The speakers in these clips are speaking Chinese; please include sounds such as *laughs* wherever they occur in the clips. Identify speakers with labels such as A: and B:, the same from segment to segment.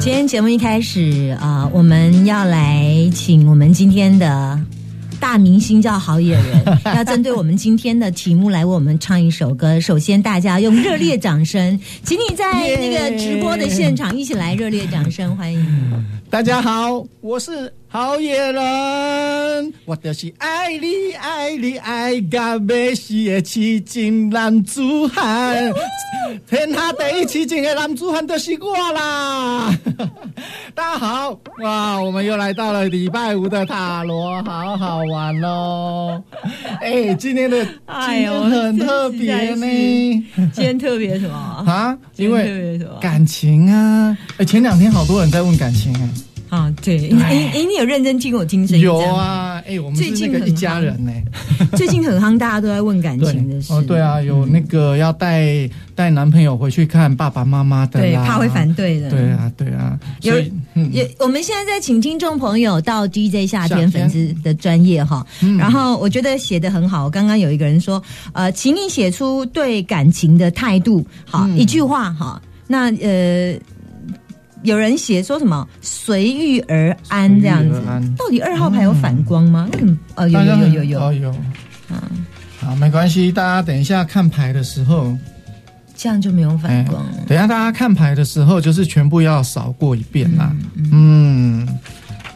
A: 天节目一开始啊、呃我们要来请我们今天的大明星叫好野人，要针对我们今天的题目来为我们唱一首歌。首先，大家用热烈掌
B: *laughs*
A: 声，请你在那个直播的现场一起来热烈掌声欢迎。
B: 大家好，我是好野人，我就是爱你爱你爱到要死的痴情男子汉，天下第一痴情的男子汉就是我啦！ *laughs* 大家好，哇，我们又来到了礼拜五的塔罗，好好玩哦！哎，今天的今
A: 哎呦
B: 天很特别
A: 真是
B: 呢。
A: 今天特别什么？
B: 啊，
A: 今
B: 因
A: 天特别
B: 为
A: 什么
B: 感情啊，哎，前两天好多人在问感情哎、
A: 啊，对，你你你你有认真听我听声音？
B: 有，啊，哎、我们是那
A: 最近
B: 个
A: 很
B: 一家人呢、
A: 最近很夯，大家都在问感情的
B: 对，
A: 事。嗯
B: 哦，对啊，有那个要带带男朋友回去看爸爸妈妈的
A: 对，
B: 啦，
A: 怕会反对的。
B: 对啊，对啊，
A: 有
B: 所以嗯，
A: 也，我们现在在请听众朋友到 DJ 夏天
B: 夏天
A: 粉丝的专业哈，
B: 嗯
A: 然后我觉得写的很好。刚刚有一个人说，呃，请你写出对感情的态度，好、
B: 嗯
A: 一句话哈。那呃，有人写说什么随遇而安这样
B: 随
A: 子
B: 遇而安，
A: 到底二号牌有反光吗？嗯，哦，有
B: 大家
A: 有有有嗯有，
B: 哦有，好，没关系，大家等一下看牌的时候，
A: 这样就没有反
B: 哎
A: 光了。
B: 等一下大家看牌的时候，就是全部要扫过一遍啦，嗯，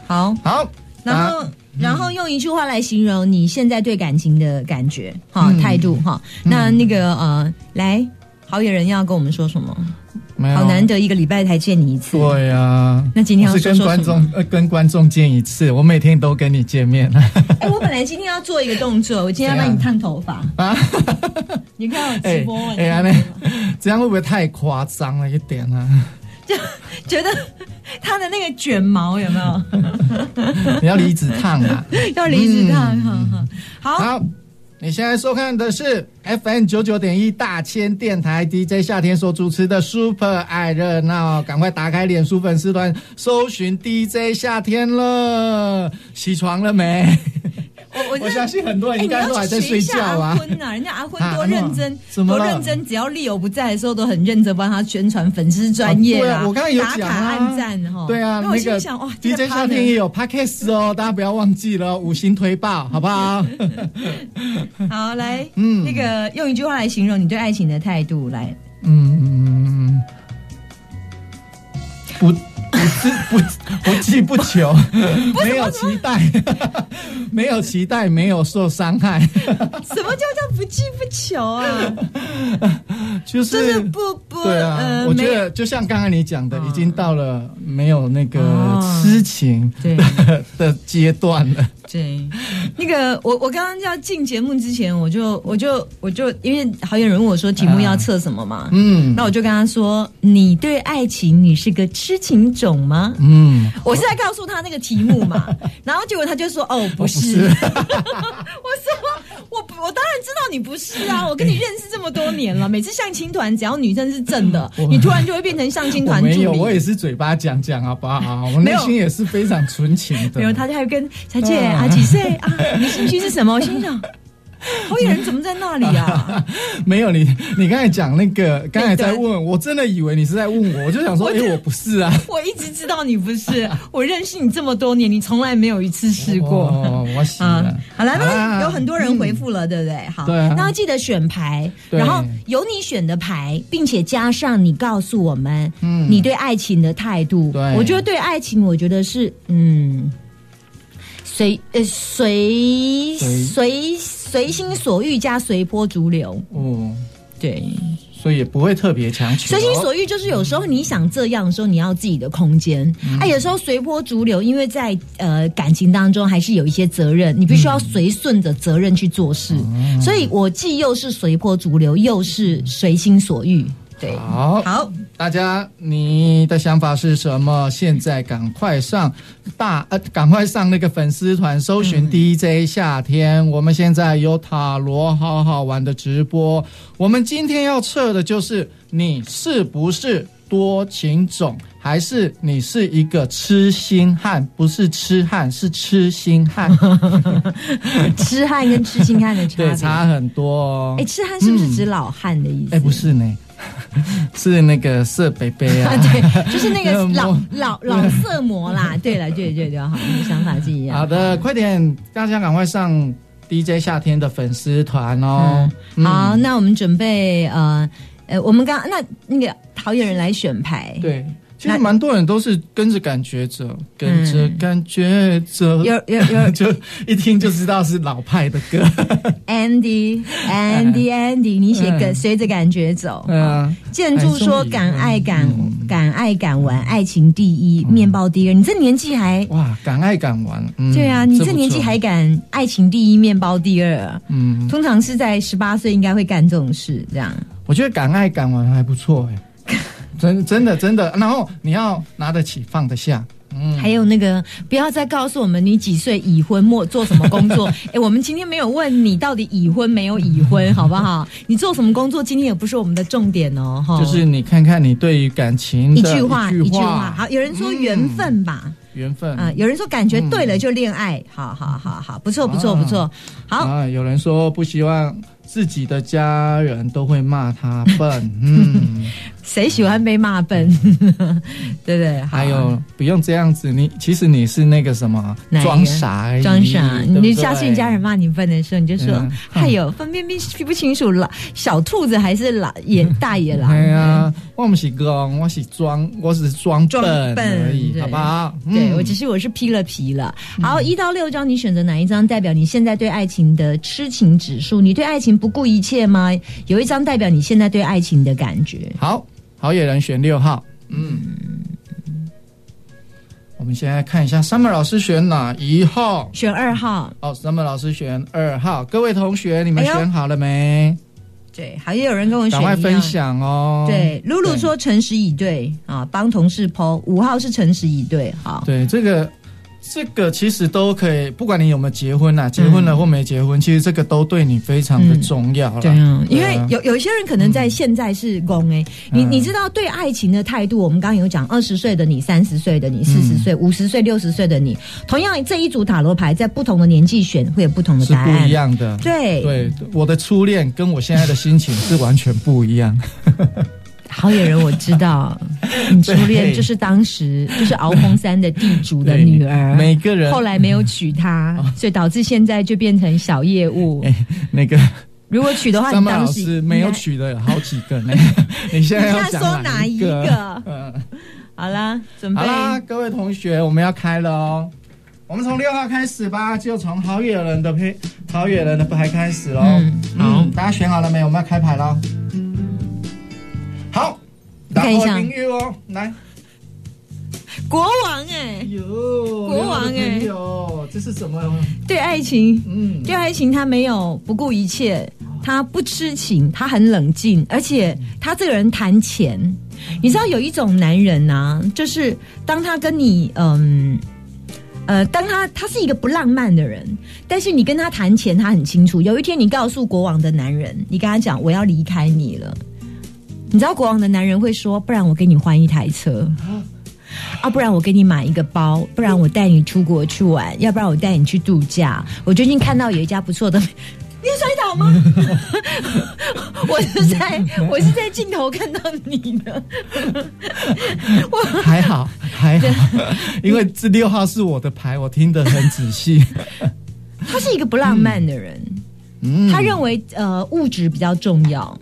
A: 好，
B: 好，啊
A: 然后，然
B: 嗯
A: 后用一句话来形容你现在对感情的感觉哈、
B: 嗯
A: 态度哈。那那个呃，来，好野人要跟我们说什么？
B: 没有
A: 好难得一个礼拜才见你一次，
B: 对呀、
A: 那今天要
B: 我是
A: 说
B: 跟
A: 说什
B: 观
A: 么？
B: 众呃跟观众见一次，我每天都跟你见面
A: 哎，我本来今天要做一个动作，我今天要
B: 怎
A: 帮
B: 样
A: 你烫头发，
B: 啊，
A: *laughs* 你看我直
B: *laughs* 哎
A: 播，我
B: 哎
A: 烫
B: 安内
A: 头发，
B: 这样会不会太夸张了一点啊？ *laughs*
A: 觉得他的那个卷毛有没
B: *laughs*
A: 有
B: 你要离子烫啊！
A: 要离子烫？哈哈，好，
B: 嗯好，你现在收看的是 FM 九九点一大千电台 DJ 夏天所主持的 Super 爱热闹，赶快打开脸书粉丝团搜寻 DJ 夏天了，起床了没？
A: 我我真
B: 我
A: 的
B: 相信很多
A: 哎
B: 人应该都还在睡觉啊
A: 你要去学一下阿。坤啊，人家阿坤
B: *laughs* 啊
A: 多认真，
B: 怎么
A: 多
B: 了
A: 认真，只要丽友不在的时候，都很认真帮他宣传粉丝专业
B: 啊对啊我刚才有
A: 打
B: 讲
A: 卡
B: 啊
A: 暗赞哈。
B: 对啊，
A: 那我
B: 那
A: 心
B: 个
A: 里想哇，这个
B: DJ 夏
A: partner
B: 天也有 Podcast 哦，大家不要忘记了五星推报，好
A: *laughs*
B: 不好？ *laughs*
A: 好来，
B: 嗯
A: 那个用一句话来形容你对爱情的态度，来，
B: 嗯，不不自不不计不求，没有期待， *laughs* 没有期待，没有受伤害，
A: 什么叫叫不计不求啊？*laughs* 就
B: 就
A: 是
B: *laughs* 是。
A: 不不
B: 对啊
A: 呃，，
B: 我觉
A: 没有
B: 得就像刚才你讲的，
A: 嗯
B: 已经到了没有那个
A: 哦
B: 痴情
A: 对。
B: 的 *laughs* 的阶段了。
A: 对，那个我我刚刚要进节目之前，我就我就我就因为好有人问我说题目
B: 啊
A: 要测什么嘛，
B: 嗯
A: 那我就跟他说：“你对爱情，你是个痴情种吗
B: 嗯，？”
A: 我是在告诉他那个题目
B: *laughs*
A: 嘛，然后结果他就说：“哦，不是。
B: 不
A: *laughs* 我说：“我不我当然知道你不是
B: 嗯
A: 啊，我跟你认识这么多年了，每次相亲团只要女生是正的，你突然就会变成相亲
B: *laughs* 我
A: 团
B: 没
A: 助
B: 有，
A: 理。”
B: 嗯我也是嘴巴讲讲，好不好？我内心也是非常纯情的。
A: 没有，他就还跟小姐
B: 嗯
A: 啊几岁啊，你兴趣是什么？我心
B: *laughs*
A: 想，好野人怎么在那里啊？
B: 没有你，你刚才讲那个，刚才在
A: 那
B: 问，我真的以为你是在问我，我就想说，
A: 我
B: 哎、我不是啊，
A: 我一直知道你不是，我认识你这么多年，你从来没有一次试 *laughs* 过。
B: 哦，我是
A: 啊
B: 啊，，
A: 好了，那
B: 啊
A: 有很多人回复了，对不对？好，
B: 对啊
A: 那要记得选牌，
B: 对
A: 然后有你选的牌，并且加上你告诉我们，
B: 嗯
A: 你对爱情的态度。
B: 对
A: 我觉得对爱情，我觉得是嗯，随呃随
B: 随
A: 随随心所欲加随波逐流，
B: 哦，
A: 对，
B: 所以也不会特别强求。
A: 随心所欲就是有时候你想这样的时候，你要自己的空间。啊，有时候随波逐流，因为在呃感情当中还是有一些责任，你必须要随顺着责任去做事。所以我既又是随波逐流，又是随心所欲。对，
B: 好，
A: 好，
B: 大家你的想法是什么？现在赶快上大呃，赶快上那个粉丝团搜寻 DJ 夏天。我们现在有塔罗好好玩的直播，我们今天要测的就是你是不是多情种，还是你是一个痴心汉？不是痴汉，是痴心汉，
A: 痴汉跟痴心汉的差
B: 对，
A: 别。
B: 差很多哦
A: 哎，。痴汉是不是指老汉的意思？
B: 哎，不，是呢， *laughs* 是那个色北北
A: *laughs* 啊
B: 啊。
A: *laughs* 对，就是那个老
B: 魔
A: 老老色魔啦。对了，对对对，好，你的想法是一样。
B: 好的，快点，大家赶快上 DJ 夏天的粉丝团哦。
A: 嗯，好，那我们准备呃呃，我们刚那那个桃园人来选牌，
B: 对，其实蛮多人都是跟着感觉走，跟着感觉走，
A: 嗯有有有
B: *laughs* 就一听就知道是老派的
A: *laughs*
B: 歌。
A: Andy Andy Andy，你写跟
B: 嗯
A: 随着感觉走。
B: 对啊，
A: 建筑说
B: 哎终于
A: 敢爱敢
B: 嗯
A: 敢爱敢玩，爱情第一，面包第二。你这年纪还
B: 哇，敢爱敢玩。嗯，
A: 对啊，你
B: 不
A: 这
B: 错
A: 年纪还敢爱情第一，面包第二。
B: 嗯，
A: 通常是在十八岁应该会干这种事，这样。
B: 我觉得敢爱敢玩还不错
A: *laughs*
B: 哎、真真的真的。然后你要拿得起放得下，嗯，
A: 还有那个，不要再告诉我们你几岁已婚，莫做什么工作。
B: *laughs*
A: 哎、我们今天没有问你到底已婚没有已婚，好不
B: *laughs*
A: 好？你做什么工作，今天也不是我们的重点哦，哈。
B: 就是你看看你对于感情的
A: 一句话，
B: 一
A: 一
B: 句
A: 句
B: 话嗯
A: 话。好，有人说缘分吧，
B: 缘分
A: 啊、有人说感觉对了就恋爱，好好好好，不错不错不错，好。
B: 啊，有人说不希望自己的家人都会骂
A: *laughs*
B: 他笨，嗯，
A: 啊谁喜欢被骂笨？ *laughs* 对不对？好
B: 还有不用这样子，你其实你是那个什么
A: 哪一个
B: 装傻而已，
A: 装傻，
B: 对不对
A: 你下次你家人骂你笨的时候，你就说
B: 嗯：“
A: 哎呦，分辨不不清楚老小兔子还是老野大野狼。”
B: 哎呀，我不是装，我是装，我只是装
A: 装
B: 笨
A: 笨
B: 而已，
A: 对
B: 好不好？
A: 对
B: 嗯
A: 我只是我是披了皮了。好，一到六张，你选择哪一张代表你现在对爱情的痴情指数？你对爱情不顾一切吗？有一张代表你现在对爱情的感觉。
B: 好，好野人选六号，嗯。我们现在看一下，Summer 老师选哪一号？
A: 选二号，
B: 哦，Summer 老师选二号。各位同学，你们
A: 哎呦
B: 选好了没？
A: 对，好，也有人跟我选
B: 赶
A: 一
B: 快
A: 样。
B: 分享哦。
A: 对，露露
B: 对
A: 说诚实以对啊，帮同事剖。五号是诚实以对，好，
B: 对，这个这个其实都可以，不管你有没有结婚
A: 嗯
B: 啦，结婚了或没结婚，其实这个都对你非常的重要啦。
A: 对啊，因
B: 对啊
A: 为有有一些人可能在现在是公哎、你
B: 嗯
A: 你知道对爱情的态度，我们刚刚有讲，二十岁的你、三十岁的
B: 嗯
A: 你、四十岁、五十岁、六十岁的你，同样这一组塔罗牌在不同的年纪选会有不同的
B: 是
A: 答
B: 不
A: 案
B: 一，样的。
A: 对，
B: 对，我的初恋跟我现在的心情是完全不一样。 *laughs*
A: 好野人，我知道，你初恋就是当时就是鳌峰山的地主的女儿，
B: 每个人哦
A: 后来没有娶她，所以导致现在就变成小业务。
B: 那个
A: 如果娶的话，
B: 张
A: 你
B: 曼
A: 当
B: 哎老
A: 时
B: 师没有
A: 应该。
B: 娶的有好几个呢。 *laughs* 你现在要
A: 你现在
B: 讲
A: 说哪一
B: 一
A: 个
B: *laughs* 嗯，
A: 好啦，准备
B: 好啦，各位同学，我们要开了哦。我们从六号开始吧，就从好野人的配好野人的牌开始喽。
A: 嗯好
B: 大家选好了没有？我们要开牌喽。好，打
A: 看一
B: 破
A: 下
B: 音乐哦，来。
A: 国王哎、
B: 哟，
A: 国王哎
B: 哟，这是什么？
A: 对爱情，
B: 嗯，
A: 对爱情，他没有不顾一切，他不痴情，他很冷静，而且他这个人谈钱。你知道有一种男人啊，就是当他跟你嗯。呃，当他他是一个不浪漫的人，但是你跟他谈钱，他很清楚。有一天，你告诉国王的男人，你跟他讲我要离开你了，你知道国王的男人会说，不然我给你换一台车。啊，不然我给你买一个包，不然我带你出国去玩，要不然我带你去度假。我最近看到有一家不错的， *laughs* 你有摔倒吗？ *laughs* 我是在我是在镜头看到你的，
B: 还好还好， *laughs* 因为这六号是我的牌，我听得很
A: *laughs*
B: 仔细。
A: 他是一个不浪漫的人，
B: 嗯，
A: 他认为呃物质比较重要。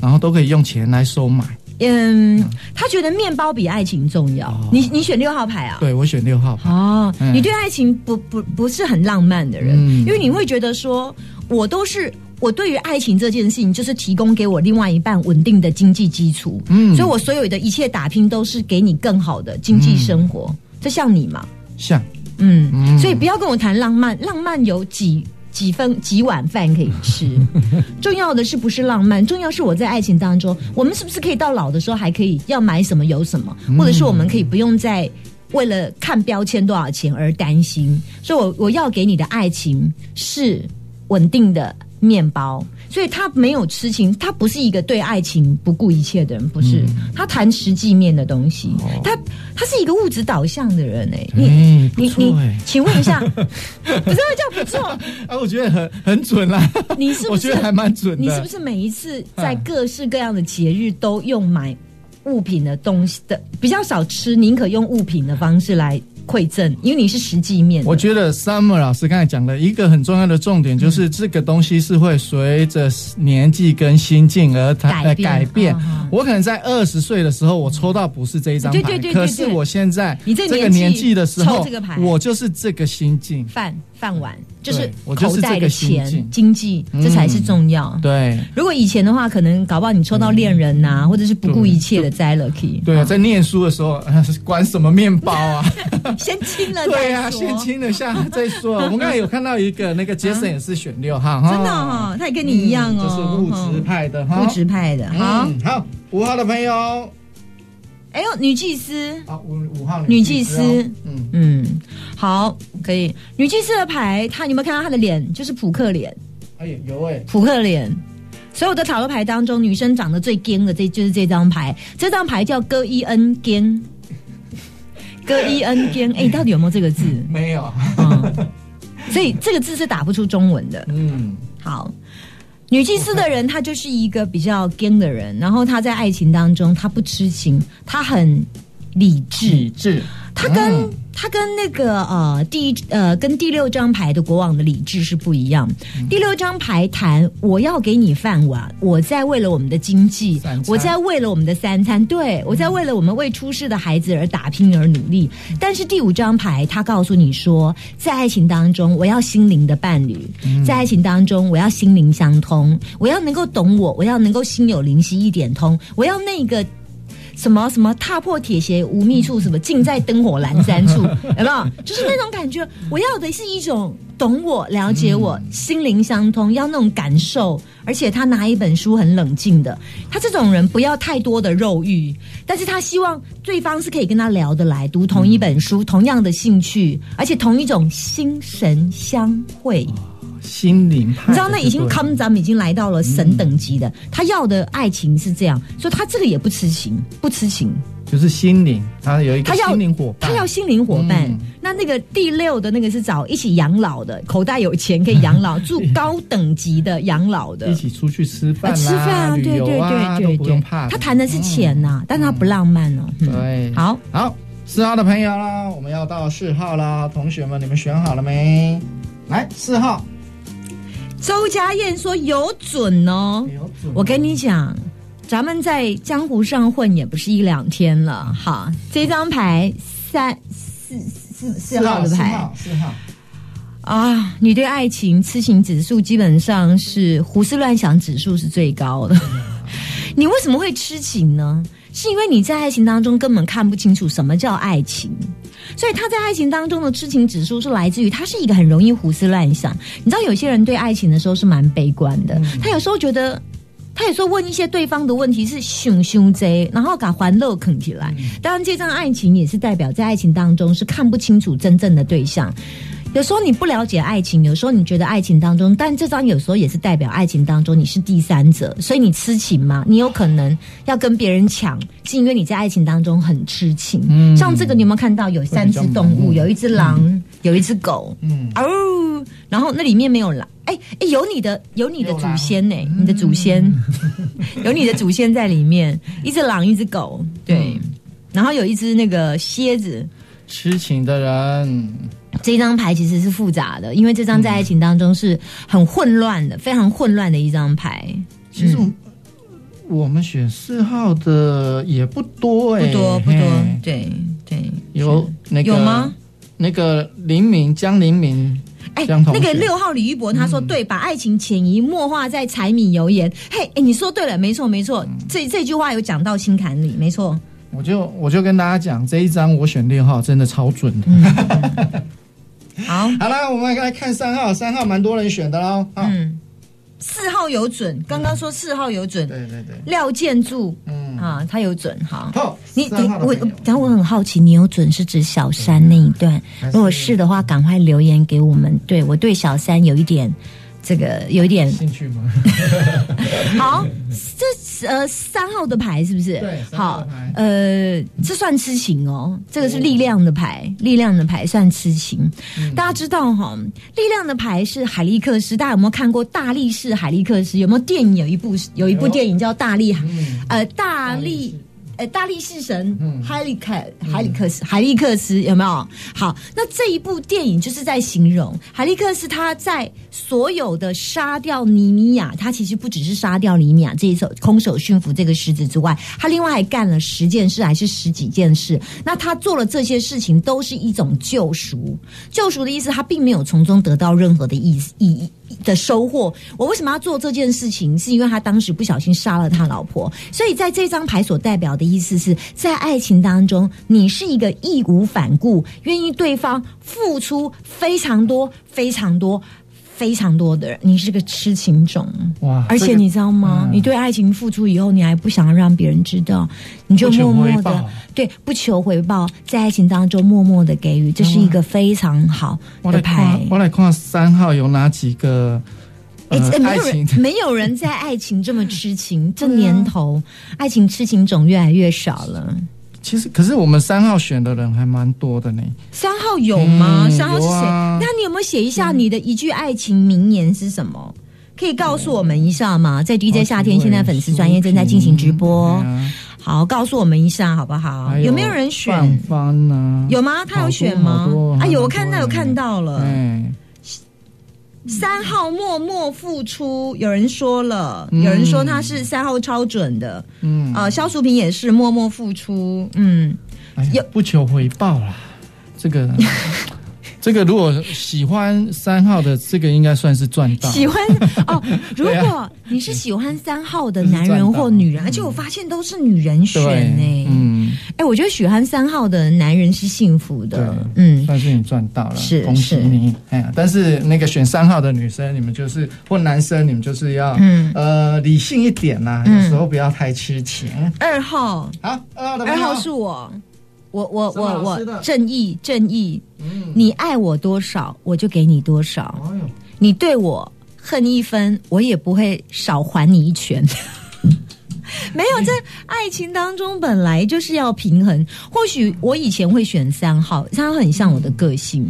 B: 然后都可以用钱来收买。
A: 嗯，他觉得面包比爱情重要。
B: 哦
A: 你你选六号牌啊？
B: 对我选六号牌，
A: 哦，
B: 嗯
A: 你对爱情不不不是很浪漫的人，
B: 嗯
A: 因为你会觉得说，我都是我对于爱情这件事情，就是提供给我另外一半稳定的经济基础，
B: 嗯
A: 所以我所有的一切打拼都是给你更好的经济生活，这像你嘛， *laughs*
B: 像
A: 嗯，
B: 嗯
A: 所以不要跟我谈浪漫，浪漫有几。几分几碗饭可以吃，重要的是不是浪漫？重要是我在爱情当中，我们是不是可以到老的时候还可以要买什么有什么，
B: 嗯
A: 或者是我们可以不用再为了看标签多少钱而担心？所以我我要给你的爱情是稳定的面包，所以他没有痴情，他不是一个对爱情不顾一切的人，不是。
B: 嗯
A: 他谈实际面的东西，他他是一个物质导向的人哎、
B: 哦哎
A: 你
B: 不
A: 你
B: 错
A: 你
B: 哎，
A: 请问一
B: *laughs*
A: 下，不是叫不错？
B: 啊，我觉得很很准啦，
A: 你是不是
B: *laughs* 我觉得还蛮准的，嗯
A: 你是不是每一次在各式各样的节日都用买物品的东西的，比较少吃，宁可用物品的方式来馈赠，因为你是实际面的。
B: 我觉得 Summer 老师刚才讲的一个很重要的重
A: 嗯
B: 点，就是这个东西是会随着年纪跟心境而它
A: 改
B: 呃
A: 变
B: 改变
A: 嗯嗯。
B: 我可能在二十岁的时候，我抽到不是这一张
A: 对对
B: 牌
A: 对对，
B: 可是我现在
A: 你这
B: 这
A: 年
B: 个
A: 纪
B: 年纪的时
A: 抽
B: 候
A: 这个牌，嗯
B: 我就是这个心境。
A: 饭饭碗就是
B: 对我就是
A: 口袋
B: 这
A: 的
B: 个心
A: 钱、
B: 境嗯
A: 经济，这才是重要。
B: 对嗯
A: 如果以前的话，可能搞不好你抽到恋人呐、或者是不顾一切的摘了 key，
B: 对啊，在念书的时候，呃管什么面包啊？
A: *laughs* 先亲了再说。
B: 对啊，先亲了下再
A: *laughs*
B: 说。我们刚才有看到一个那个杰森也是选六号，哈，
A: 真的哈、他也跟你一样哦，
B: 嗯这是物质派的哈，
A: 物质派的。好，
B: 嗯，好，五号的朋友。
A: 哎呦，女祭司，
B: 啊，五五号
A: 女祭司
B: 哦嗯，
A: 嗯，好，可以。女祭司的牌，她你有没有看到她的脸？就是扑克脸，
B: 哎呀，有哎，
A: 扑克脸。所有的塔罗牌当中，女生长得最尖的，这就是这张牌。这张牌叫戈伊恩 *laughs* 尖，戈伊恩尖。哎，到底有没有这个字？
B: 没有，
A: 嗯，所以这个字是打不出中文的。
B: 嗯，
A: 好，女祭司的人，她就是一个比较坚的人，然后她在爱情当中，她不痴情，她很理智，
B: 智，
A: 她跟、
B: 嗯
A: 她跟那个呃第一呃跟第六张牌的国王的理智是不一样。
B: 嗯
A: 第六张牌谈我要给你饭碗，我在为了我们的经济
B: 三，餐嗯
A: 我在为了我们的三餐，对我在为了我们未出世的孩子而打拼而努力。但是第五张牌，它告诉你说，在爱情当中，我要心灵的伴侣，
B: 嗯
A: 在爱情当中，我要心灵相通，我要能够懂我，我要能够心有灵犀一点通，我要那个。什么什么踏破铁鞋无觅处，什么尽在灯火阑珊处，有没有？就是那种感觉。我要的是一种懂我、了解我、心灵相通，要那种感受。而且他拿一本书很冷静的，他这种人不要太多的肉欲，但是他希望对方是可以跟他聊得来，读同一本书、同样的兴趣，而且同一种心神相会。
B: 心灵派的
A: 你知道那已经
B: 就对了
A: come 咱们已经来到了神等级的，他要的爱情是这样，所以他这个也不痴情，不痴情，
B: 就是心灵，他有一个
A: 他要
B: 心灵伙伴，
A: 他要心灵伙伴。
B: 嗯
A: 那那个第六的那个是找一起养老的，口袋有钱可以养老，住高等级的养老的
B: 一。起出去吃饭
A: 啊
B: 啦，
A: 吃饭啊，对
B: 旅
A: 对
B: 游啊，
A: 对对
B: 都不用
A: 对
B: 怕，的。嗯
A: 他谈的是钱呐、但他不浪漫哦。嗯
B: 对
A: 好，
B: 好，四号的朋友啦，我们要到四号啦，同学们，你们选好了没？来，四号，
A: 周家燕说有准哦。
B: 没有准
A: 我跟你讲，咱们在江湖上混也不是一两天了。好，这张牌三四四四
B: 四
A: 四号的
B: 四
A: 牌
B: 号，四号，
A: 啊，你对爱情痴情指数基本上是胡思乱想指数是最高的。 *laughs* 你为什么会痴情呢？是因为你在爱情当中根本看不清楚什么叫爱情，所以他在爱情当中的痴情指数是来自于他是一个很容易胡思乱想。你知道有些人对爱情的时候是蛮悲观的，他有时候觉得。他有时候问一些对方的问题是凶凶贼，然后把欢乐啃起来。当然，这张爱情也是代表在爱情当中是看不清楚真正的对象。有时候你不了解爱情，有时候你觉得爱情当中，但这张有时候也是代表爱情当中你是第三者，所以你痴情嘛，你有可能要跟别人抢，是因为你在爱情当中很痴情。
B: 嗯
A: 像这个你有没有看到有三只动
B: 会比较
A: 物，
B: 忙
A: 有一只狼，有一只狗，
B: 嗯，
A: 哦，然后那里面没有狼，哎哎，有你的有你的祖先呢、你的祖先、
B: 嗯
A: 有你的祖先在里
B: *laughs*
A: 面，一只狼，一只狗，对，
B: 嗯
A: 然后有一只那个蝎子，
B: 痴情的人，
A: 这张牌其实是复杂的，因为这张在爱情当中是很混乱的，非常混乱的一张牌，
B: 其实我们我们选四号的也不
A: 不
B: 多哎、
A: 多不多
B: 嘿，
A: 对对，
B: 有那个
A: 有吗？
B: 那个林敏江林敏，
A: 哎，
B: 江同
A: 那
B: 学嗯
A: 个六号李玉博他说、对，把爱情潜移默化在柴米油盐。嘿，哎，你说对了，没错没错，
B: 嗯
A: 这这句话有讲到心坎里，没错。
B: 我就我就跟大家讲，这一张我选六号真的超准的。
A: 嗯好，
B: *laughs* 好啦，我们来看三号，三号蛮多人选的喽。啊、
A: 嗯，四号有准，刚刚说四号有准，
B: 对对对，
A: 廖建柱
B: 嗯，
A: 啊，他有准，好。
B: 好，
A: 你
B: 三
A: 你
B: 号的
A: 我
B: 朋友，
A: 但我很好奇，你有准是指小三那一段？
B: 还是
A: 如果是的话，赶快留言给我们。对我对小三有一点这个有一点
B: 兴
A: *laughs*
B: 趣吗？
A: 好，这是呃三号的牌是不是？
B: 对三号
A: 好
B: 的牌，
A: 呃，这算痴情哦，这个是力量的牌，力量的牌算痴情。
B: 嗯
A: 大家知道哈、力量的牌是海利克斯，大家有没有看过大力士海利克斯？有没有电影有一部有一部
B: 有
A: 电影叫《大力》
B: 嗯
A: 呃大
B: 大力
A: 力
B: 士。
A: 呃，大力士神
B: 嗯
A: 海里克海里克斯海利克斯有没有？好，那这一部电影就是在形容海利克斯他在所有的杀掉尼米亚，他其实不只是杀掉尼米亚这一手空手驯服这个狮子之外，他另外还干了十件事还是十几件事。那他做了这些事情都是一种救赎，救赎的意思他并没有从中得到任何的意思意义。的收获。我为什么要做这件事情？是因为他当时不小心杀了他老婆，所以在这张牌所代表的意思是在爱情当中，你是一个义无反顾、愿意对方付出非常多、非常多。非常多的人，你是个痴情种
B: 哇
A: 而且
B: 这个
A: 你知道吗？
B: 嗯
A: 你对爱情付出以后，你还不想让别人知道，你就
B: 不求
A: 默默
B: 回
A: 的
B: 报
A: 对不求回报，在爱情当中默默的给予，这是一个非常好
B: 嗯我
A: 的
B: 来
A: 牌
B: 看，。我来看三号有哪几个呃
A: 哎、这没
B: 爱
A: 有
B: 情
A: 人没有人在爱情这么痴
B: *laughs*
A: 情，这年头、爱情痴情种越来越少了。
B: 其实，可是我们三号选的人还蛮多的呢。
A: 三号有吗？
B: 嗯
A: 三号是谁？
B: 有啊
A: 那你有没有写一下你的一句爱情名言是什么？可以告诉我们一下吗？在 DJ 夏天，现在粉丝专业正在进行直播
B: 对，啊
A: 好，告诉我们一下好不好？
B: 还
A: 有没有人
B: 范
A: 选？
B: 帆呢？
A: 有吗？他有选
B: 好
A: 吗
B: 啊多好？多
A: 啊，有，我
B: 还蛮
A: 看到
B: 多
A: 有
B: 的
A: 看到了。
B: 哎，
A: 三号默默付出，有人说了，
B: 嗯
A: 有人说他是三号超准的，
B: 嗯，
A: 呃，肖淑萍也是默默付出，嗯，
B: 哎呀
A: 有
B: 不求回报啦，
A: *laughs*
B: 这个。这个如果喜欢三号的，这个应该算是赚到。
A: 喜欢哦。如
B: *laughs* 对啊
A: 果你是喜欢三号的
B: 这是
A: 男人
B: 赚到
A: 或女人，而且我发现都是女人选
B: 对
A: 呢、，
B: 嗯，
A: 哎、我觉得喜欢三号的男人是幸福的，嗯，
B: 算是你赚到了，
A: 是
B: 恭喜
A: 是
B: 你。哎呀，但是那个选三号的女生，你们就是或男生，你们就是要、
A: 嗯
B: 呃理性一点啦，有时候不要太痴情。
A: 二号，
B: 好，二号的
A: 二
B: 朋友
A: 号是我。我我
B: 啊是吗
A: 我
B: 老师的
A: 我正义正义，
B: 嗯，
A: 你爱我多少，我就给你多少。
B: 哎呦，
A: 你对我恨一分，我也不会少还你一拳。没有，在爱情当中本来就是要平衡。或许我以前会选三号，三号很像我的个性，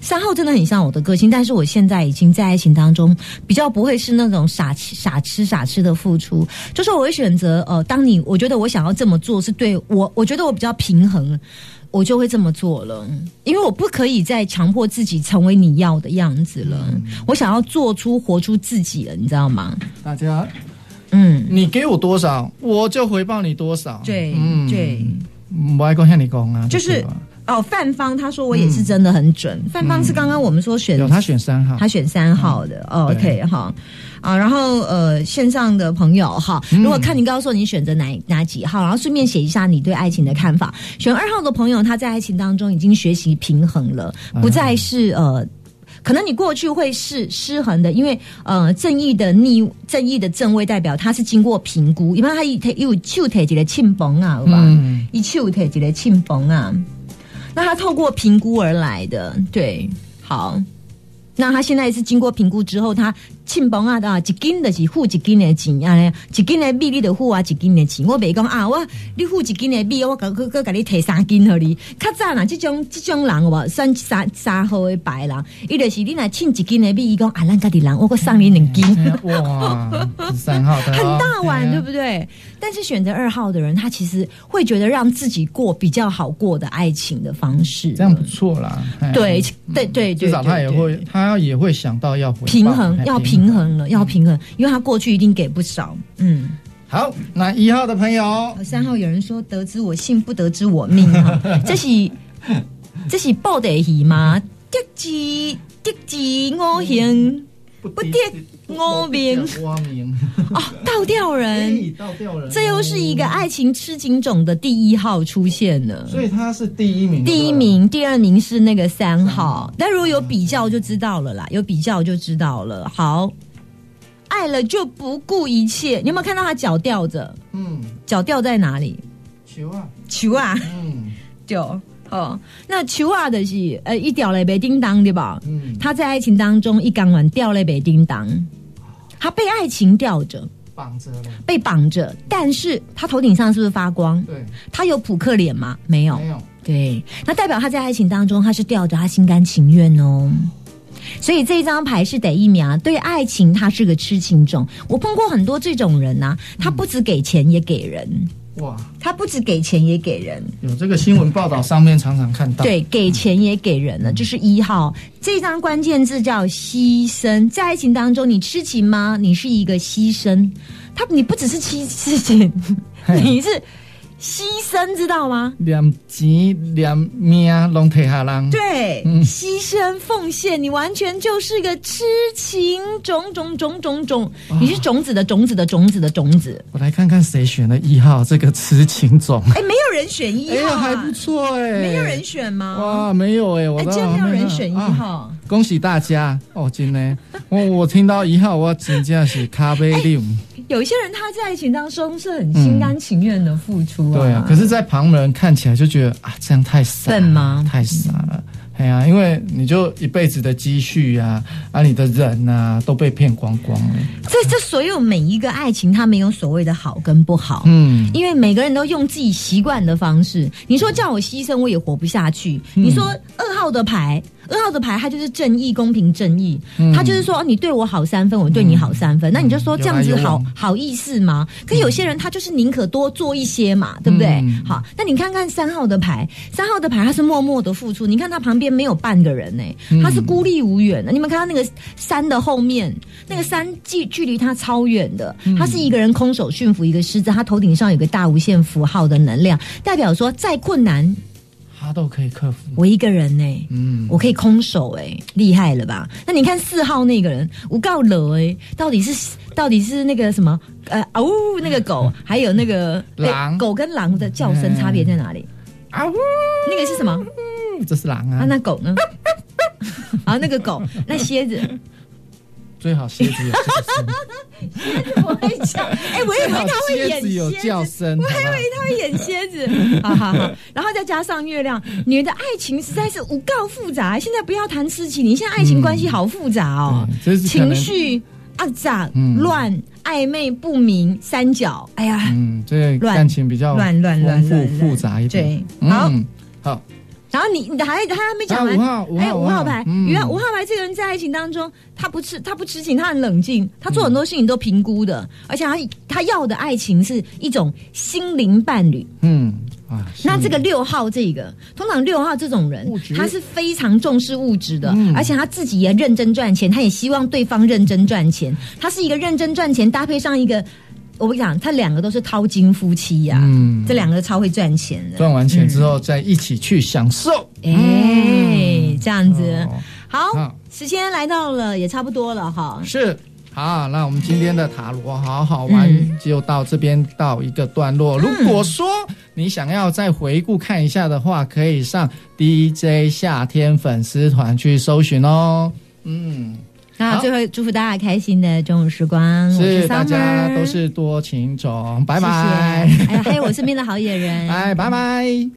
A: 三号真的很像我的个性。但是我现在已经在爱情当中比较不会是那种傻痴傻痴傻痴的付出，就是我会选择呃，当你我觉得我想要这么做是对我，我觉得我比较平衡，我就会这么做了，因为我不可以再强迫自己成为你要的样子了。我想要做出活出自己了，你知道吗？
B: 大家，
A: 嗯，
B: 你给我多少，我就回报你多少。
A: 对对，
B: 嗯，我爱讲向你讲啊，
A: 就是
B: 吧
A: 哦，范方他说我也是真的很准，范方是刚刚我们说选
B: 嗯有他选三号，
A: 他选三号的、哦、
B: 嗯对
A: ，OK 哈啊，然后呃，线上的朋友哈，
B: 嗯
A: 如果看你告诉我你选择哪哪几号，然后顺便写一下你对爱情的看法。选二号的朋友，他在爱情当中已经学习平衡了，
B: 嗯
A: 不再是呃。可能你过去会是失衡的，因为呃，正义的逆正义的正位代表，它是经过评估，因为它一它有手提一个庆崩啊，有吧？
B: 嗯
A: 一手提一个庆崩啊，那他透过评估而来的，对，好。那他现在是经过评估之后，他庆崩啊啊，一斤的是付一斤的钱啊，一斤的米你得付啊，一斤的钱。我袂讲啊，我你付一斤的米，我佮佮佮你提三斤互你。较早啦，即种即种人有无算啊三三号的白人，伊就是你若欠一斤的米，伊讲啊，咱家己人，我佮送你两斤。
B: 哇，是三号的、
A: 很
B: 哦、
A: 大碗，对
B: 对
A: 不对？但是选择二号的人，他其实会觉得让自己过比较好过的爱情的方式，
B: 这样不错啦。哎
A: 对对对对，
B: 至少
A: 对
B: 他也
A: 对
B: 会，他也会想到要回报
A: 平衡，要平。
B: 哎
A: 衡了，要平衡，因为他过去一定给不少。嗯，
B: 好，那一号的朋友，
A: 三号有人说得知我幸，不得知我命 *laughs* 啊，这是这是报得喜吗？得之得之我行
B: 不
A: 敌我名
B: 我名，
A: 哦，倒吊人，
B: *laughs* 哎倒掉人，
A: 这又是一个爱情痴情种的第一号出现了。
B: 所以他是第一名，
A: 第一名，第二名是那个三号。但如果有比较就知道了啦，有比较就知道了。好，爱了就不顾一切。你有没有看到他脚吊着？
B: 对不对，嗯，
A: 脚吊在哪里？
B: 球啊，
A: 球啊， *laughs*
B: 嗯，
A: 就好、哦，那球啊的、就是呃一掉了北叮当对吧？
B: 嗯，
A: 他在爱情当中一刚完掉了北叮当，他被爱情吊着，
B: 绑着了，
A: 被绑着，但是他头顶上是不是发光？
B: 对，
A: 他有扑克脸吗？没有
B: 没。有，
A: 对，那代表他在爱情当中他是吊着，他心甘情愿哦。所以这一张牌是得疫苗，啊对爱情他是个痴情种。我碰过很多这种人呐、他不只给钱也给人，
B: 哇，
A: 他不只给钱也给人，
B: 有这个新闻报道上面常常看到，，
A: 对，给钱也给人了，就是一号这张关键字叫牺牲。在爱情当中，你痴情吗？你是一个牺牲，他你不只是痴痴情，
B: 嘿
A: 你是牺牲，知道吗？
B: 连钱连命拢摕下人，
A: 对，
B: 嗯
A: 牺牲奉献，你完全就是个痴情种种种种种，你是种子的种子的种子的种子。
B: 我来看看谁选了一号这个痴情种，
A: 哎，没有人选一
B: 哎
A: 号、
B: 呀，还
A: 啊
B: 不，错哎，
A: 没有人选吗？
B: 哇，没有哎，我
A: 哎，
B: 都
A: 竟然没有人
B: 没看
A: 选一
B: 啊
A: 号。
B: 恭喜大家哦！真的，我我听到一号，我真正是咖啡令。
A: 有一些人他在爱情当中是很心甘情愿的付出啊，
B: 对啊，可是，在旁人看起来就觉得啊，这样太傻了
A: 笨吗
B: 太傻了。哎呀、因为你就一辈子的积蓄啊，啊，你的人啊，都被骗光光了。
A: 这这所有每一个爱情，它没有所谓的好跟不好。
B: 嗯，
A: 因为每个人都用自己习惯的方式，你说叫我牺牲，我也活不下去。
B: 嗯
A: 你说二号的牌，二号的牌，它就是正义、公平、正义，它就是说哦你对我好三分，我对你好三分，那你就说
B: 嗯
A: 这样子
B: 有来有
A: 好
B: 往
A: 好意思吗？可有些人他就是宁可多做一些嘛，对不对？
B: 嗯
A: 好，那你看看三号的牌，三号的牌他是默默的付出，你看他旁边没有半个人呢、
B: 嗯
A: 他是孤立无援的。你们看他那个山的后面，那个山距距离他超远的，
B: 嗯
A: 他是一个人空手驯服一个狮子，他头顶上有个大无限符号的能量，代表说再困难
B: 他都可以克服。
A: 我一个人呢、
B: 嗯，
A: 我可以空手哎、厉害了吧？那你看四号那个人，我告了哎，到底是到底是那个什么呃哦那个狗，还有那个哎
B: 嗯狼
A: 狗跟狼的叫声差别在哪里？
B: 啊呜，
A: 那个是什么？
B: 这是狼
A: 啊，
B: 啊，
A: 那狗
B: *laughs*
A: 呢？啊，那个狗，那蝎子，
B: 最好蝎子有叫声，
A: 我会讲，哎、我以为
B: 最
A: *laughs*
B: 好
A: 他
B: *laughs*
A: 会
B: 蝎
A: 演
B: 子有
A: 蝎子，
B: 叫声，
A: 我
B: 好不
A: 还
B: 好
A: 以为他会演蝎子， *laughs* 好好好，然后再加上月亮，你的爱情实在是无告复杂。现在不要谈事情，你现在爱情关系好复杂哦，
B: 嗯对这是可
A: 情
B: 能
A: 绪肮脏、
B: 嗯
A: 乱、暧昧不明、三角，哎呀，
B: 嗯，这个
A: 乱
B: 感情比较
A: 乱乱乱
B: 丰富
A: 乱乱
B: 复杂一点。
A: 对好
B: 嗯，好，
A: 然后你你的还还没讲
B: 啊
A: 完
B: 五。号，五
A: 哎，
B: 号，
A: 五号牌，
B: 嗯
A: 原来五号牌这个人在爱情当中，他不痴，他不痴情，他很冷静，他做很多事情都评估的，而且他他要的爱情是一种心灵伴侣，
B: 嗯啊，
A: 那
B: 是
A: 这个六号这个，通常六号这种人
B: 物质，
A: 他是非常重视物质的，
B: 嗯
A: 而且他自己也认真赚钱，他也希望对方认真赚钱。他是一个认真赚钱，搭配上一个，我跟你讲，他两个都是掏金夫妻呀、
B: 嗯
A: 这两个超会赚钱的。
B: 赚完钱之
A: 嗯
B: 后再一起去享受。
A: 哎、这样子，
B: 哦
A: 好
B: 好，
A: 时间来到了，也差不多了哈。
B: 是。好，那我们今天的塔罗好好玩、
A: 嗯
B: 就到这边到一个段落。如果说你想要再回顾看一下的话，可以上 DJ 夏天粉丝团去搜寻哦。嗯，
A: 那
B: 好
A: 最后祝福大家开心的中午时光，嗯我
B: 是大
A: Summer
B: 家都，是多情种，拜拜，
A: 谢谢哎呀，还有我身边的好野人，
B: *laughs* 拜拜拜。